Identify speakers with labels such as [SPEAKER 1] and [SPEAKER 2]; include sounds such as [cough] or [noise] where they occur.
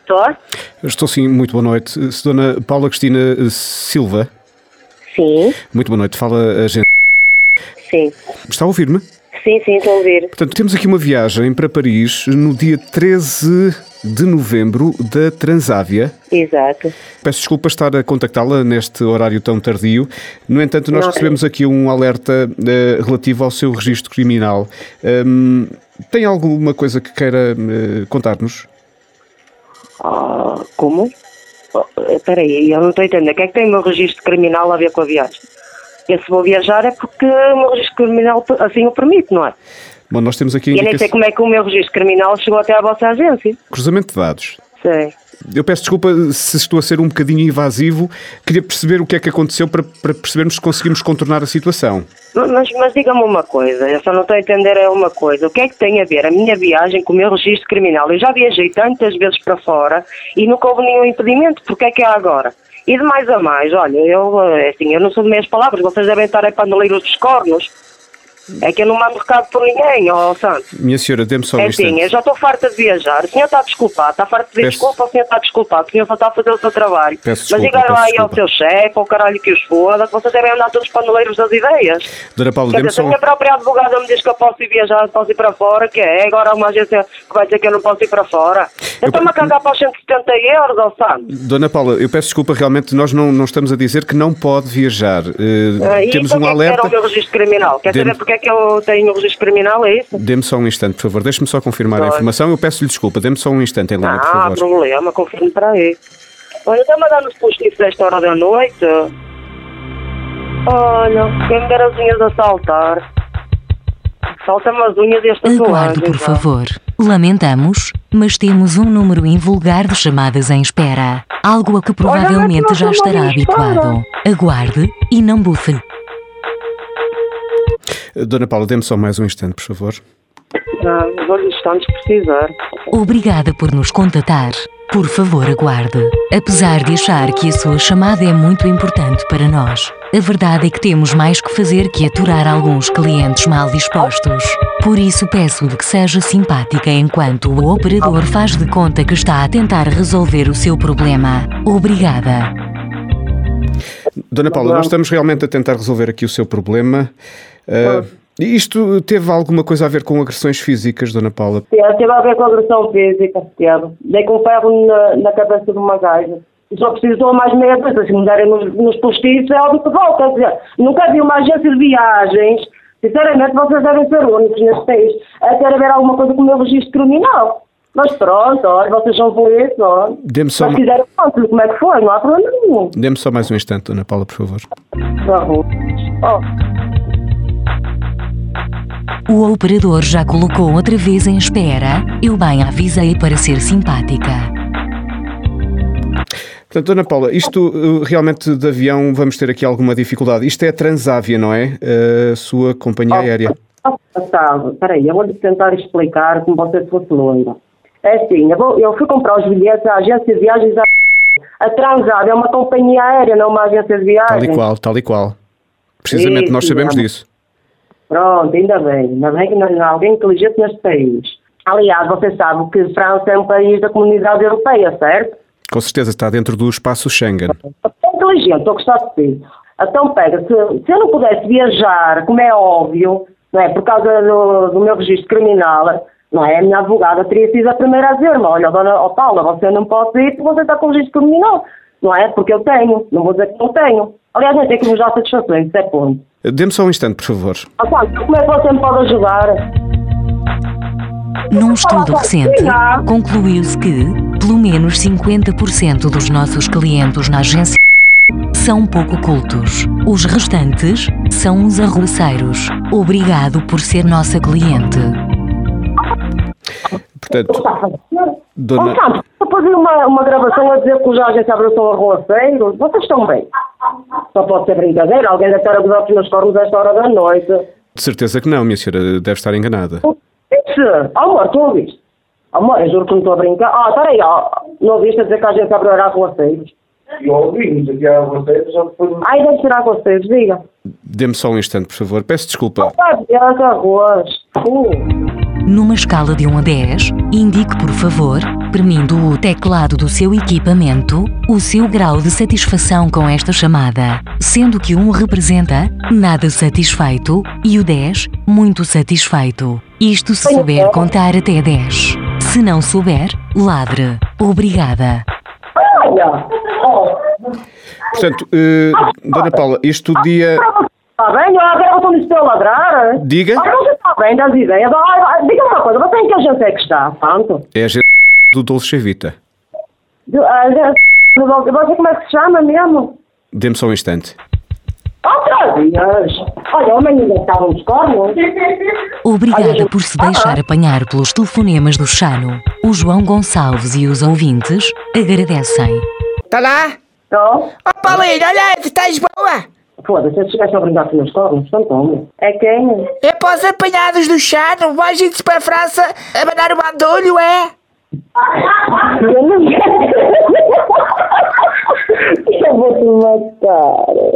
[SPEAKER 1] Estou?
[SPEAKER 2] Estou sim, muito boa noite. Se Dona Paula Cristina Silva,
[SPEAKER 1] Sim,
[SPEAKER 2] muito boa noite. Fala a gente.
[SPEAKER 1] sim.
[SPEAKER 2] Está a ouvir-me?
[SPEAKER 1] Sim, sim, estou a ouvir.
[SPEAKER 2] Portanto, temos aqui uma viagem para Paris no dia 13 de novembro da Transávia.
[SPEAKER 1] Exato.
[SPEAKER 2] Peço desculpa estar a contactá-la neste horário tão tardio. No entanto, nós
[SPEAKER 1] Não.
[SPEAKER 2] recebemos aqui um alerta eh, relativo ao seu registro criminal. Hum, tem alguma coisa que queira eh, contar-nos?
[SPEAKER 1] Ah, como? Oh, Espera aí, eu não estou a entender. O que é que tem o meu registro criminal a ver com a viagem? Eu se vou viajar é porque o meu registro criminal assim o permite, não é?
[SPEAKER 2] Bom, nós temos aqui a
[SPEAKER 1] E eu nem sei
[SPEAKER 2] indicação,
[SPEAKER 1] como é que o meu registro criminal chegou até à vossa agência.
[SPEAKER 2] cruzamento de dados.
[SPEAKER 1] Sei.
[SPEAKER 2] Eu peço desculpa se estou a ser um bocadinho invasivo. Queria perceber o que é que aconteceu para, para percebermos se conseguimos contornar a situação.
[SPEAKER 1] Mas, mas diga-me uma coisa, eu só não estou a entender é uma coisa. O que é que tem a ver a minha viagem com o meu registro criminal? Eu já viajei tantas vezes para fora e nunca houve nenhum impedimento. Porque é que é agora? E de mais a mais, olha, eu eh, assim, eu não sou de meias palavras, vocês devem estar a pandeleiros dos cornos. É que eu não mando recado por ninguém, ó oh, Santo.
[SPEAKER 2] Minha senhora, dê-me só um
[SPEAKER 1] É assim,
[SPEAKER 2] instante.
[SPEAKER 1] eu já estou farta de viajar. O senhor está desculpado, está farto de pedir
[SPEAKER 2] Peço-
[SPEAKER 1] desculpa, o senhor está desculpado, o senhor só está a fazer o seu trabalho.
[SPEAKER 2] Peço
[SPEAKER 1] Mas
[SPEAKER 2] desculpa,
[SPEAKER 1] diga lá
[SPEAKER 2] peço
[SPEAKER 1] aí ao
[SPEAKER 2] desculpa.
[SPEAKER 1] seu chefe, ao caralho que os foda, que vocês devem andar todos paneleiros das ideias.
[SPEAKER 2] Dona Paula,
[SPEAKER 1] Quer
[SPEAKER 2] dê-me
[SPEAKER 1] dizer, se
[SPEAKER 2] só
[SPEAKER 1] a
[SPEAKER 2] um...
[SPEAKER 1] minha própria advogada me diz que eu posso ir viajar, posso ir para fora, que é agora uma agência que vai dizer que eu não posso ir para fora. Eu
[SPEAKER 2] Eu-
[SPEAKER 1] estou-me a cagar para os 170 euros, ou sabe?
[SPEAKER 2] Dona Paula, eu peço desculpa, realmente nós não, não estamos a dizer que não pode viajar. Eh,
[SPEAKER 1] e
[SPEAKER 2] temos
[SPEAKER 1] porque é
[SPEAKER 2] um
[SPEAKER 1] que era
[SPEAKER 2] alerta.
[SPEAKER 1] o meu registro criminal? Quer
[SPEAKER 2] Dê-me-
[SPEAKER 1] saber porque é que eu tenho o registro criminal, é isso?
[SPEAKER 2] Dê-me só um instante, por favor. Deixe-me só confirmar a
[SPEAKER 1] Claro.
[SPEAKER 2] informação. Eu peço-lhe desculpa. Dê-me só um instante em
[SPEAKER 1] não
[SPEAKER 2] linha, por
[SPEAKER 1] há
[SPEAKER 2] favor.
[SPEAKER 1] Ah, problema, confirmo para aí. Olha, então, está-me a dar nos postos desta hora da noite. Olha, quem me dera as unhas a saltar. Salta-me as unhas e esta então.
[SPEAKER 3] Aguarde, por favor. Lamentamos, mas temos um número invulgar de chamadas em espera. Algo a que provavelmente já estará habituado. Aguarde e não bufe.
[SPEAKER 2] Eh, Dona Paula, dê-me só mais um instante, por favor.
[SPEAKER 1] Ah, Vou-lhe instantes precisar.
[SPEAKER 3] Obrigada por nos contatar. Por favor, aguarde. Apesar de achar que a sua chamada é muito importante para nós, a verdade é que temos mais que fazer que aturar alguns clientes mal dispostos. Por isso, peço-lhe que seja simpática enquanto o operador faz de conta que está a tentar resolver o seu problema. Obrigada.
[SPEAKER 2] Dona Paula,
[SPEAKER 1] Olá.
[SPEAKER 2] nós estamos realmente a tentar resolver aqui o seu problema. Eh, isto teve alguma coisa a ver com agressões físicas, Dona Paula?
[SPEAKER 1] Tiago, teve a ver com agressão física, Tiago. Dei com um ferro na, na cabeça de uma gaja. E Só precisou mais meia coisa. Se me derem nos, nos postiços, é óbvio que vou. Quer dizer, nunca vi uma agência de viagens. Sinceramente, vocês devem ser únicos neste país a ter a ver alguma coisa com o meu registro criminal. Mas pronto, olha, vocês são por isso, olha.
[SPEAKER 2] Dê-me só
[SPEAKER 1] Mas
[SPEAKER 2] uma-
[SPEAKER 1] fizeram conto como é que foi, não há problema nenhum.
[SPEAKER 2] Dê-me só mais um instante, Dona Paula, por favor.
[SPEAKER 1] Tá bom. Ó,
[SPEAKER 3] O operador já colocou outra vez em espera. Eu bem avisei para ser simpática.
[SPEAKER 2] Portanto, Dona Paula, isto eh, realmente de avião vamos ter aqui alguma dificuldade. Isto é a Transávia, não é? A sua companhia aérea.
[SPEAKER 1] Sabe, peraí, eu vou-lhe tentar explicar como você fosse longa. É assim, eu, vou- eu fui comprar os bilhetes à agência de viagens à... A Transavia é uma companhia aérea, não uma agência de
[SPEAKER 2] Tal e
[SPEAKER 1] viagens.
[SPEAKER 2] qual, tal e qual. Precisamente,
[SPEAKER 1] Isso,
[SPEAKER 2] nós sabemos
[SPEAKER 1] mesmo.
[SPEAKER 2] disso.
[SPEAKER 1] Pronto, ainda bem. Ainda bem que não há alguém inteligente neste país. Aliás, você sabe que França é um país da comunidade europeia, certo?
[SPEAKER 2] Com certeza está dentro do espaço Schengen.
[SPEAKER 1] É inteligente, estou a gostar de ti. Então pega, se, se eu não pudesse viajar, como é óbvio, não é, por causa do, do meu registro criminal, não é, a minha advogada teria sido a primeira a dizer-me, olha, dona oh, Paula, você não pode ir porque você está com registro criminal, não é, porque eu tenho, não vou dizer que não tenho. Aliás, nem tem que nos dar satisfações, isso é ponto.
[SPEAKER 2] Dê-me só um instante, por favor.
[SPEAKER 1] Ah, pá, como é que você me pode ajudar? [laughs]
[SPEAKER 3] Num estudo recente, concluiu-se que, pelo menos 50% dos nossos clientes na agência são pouco cultos. Os restantes são uns arruaceiros. Obrigado por ser nossa cliente.
[SPEAKER 2] Portanto,
[SPEAKER 1] Está a fazer?
[SPEAKER 2] Dona-
[SPEAKER 1] Oh, Santos, eu fazia uma, uma gravação a dizer que os agentes abraçam a rua Feiro. Vocês estão bem. Só pode ser brincadeira. Alguém deve estar a gozar os meus cornos a esta hora da noite.
[SPEAKER 2] de certeza que não, minha senhora, deve estar enganada.
[SPEAKER 1] Isso. Oh, amor, tu ouviste? Amor, eu juro que não estou a brincar. Ah, espera aí. ó. Não ouviste a dizer que a gente abriu a rua Feiro?
[SPEAKER 4] E ouvimos aqui a vocês, já depois
[SPEAKER 1] Ai, deve ser a rua Feiro, diga.
[SPEAKER 2] Dê-me só um instante, por favor. Peço desculpa.
[SPEAKER 1] Está adiante, arroz. Uh.
[SPEAKER 3] Numa escala de 1 a 10, indique, por favor, premindo o teclado do seu equipamento, o seu grau de satisfação com esta chamada, sendo que um representa nada satisfeito e o 10 muito satisfeito. Isto se souber contar até 10. Se não souber, ladre. Obrigada.
[SPEAKER 4] Olha, ó,
[SPEAKER 2] Portanto, eh, Dona Paula, isto o dia.
[SPEAKER 1] Está tá bem? Eu agora vou me a ladrar.
[SPEAKER 2] Diga.
[SPEAKER 1] Ah, você está bem das ideias. Ah, ah, Diga-me uma coisa, você em que agência é que está, Santo?
[SPEAKER 2] É a ger- do Dolce Vita.
[SPEAKER 1] De- a agência- Você como é que se chama mesmo?
[SPEAKER 2] Dê-me só um instante.
[SPEAKER 1] Outra vez. Olha, o menino estava nos cornos.
[SPEAKER 3] Obrigada por se deixar apanhar pelos telefonemas do Chano. O João Gonçalves e os ouvintes agradecem.
[SPEAKER 5] Tá lá?
[SPEAKER 1] Então,
[SPEAKER 5] Ó, Paulinho, olha aí, tu estás boa?
[SPEAKER 1] foda-se, se estivesse a brincar com os cornos, Santo. É quem?
[SPEAKER 5] É para os apanhados do chá, não vai gente para a França a mandar o bandolho, é?
[SPEAKER 1] [laughs] Eu não- Eu vou te matar.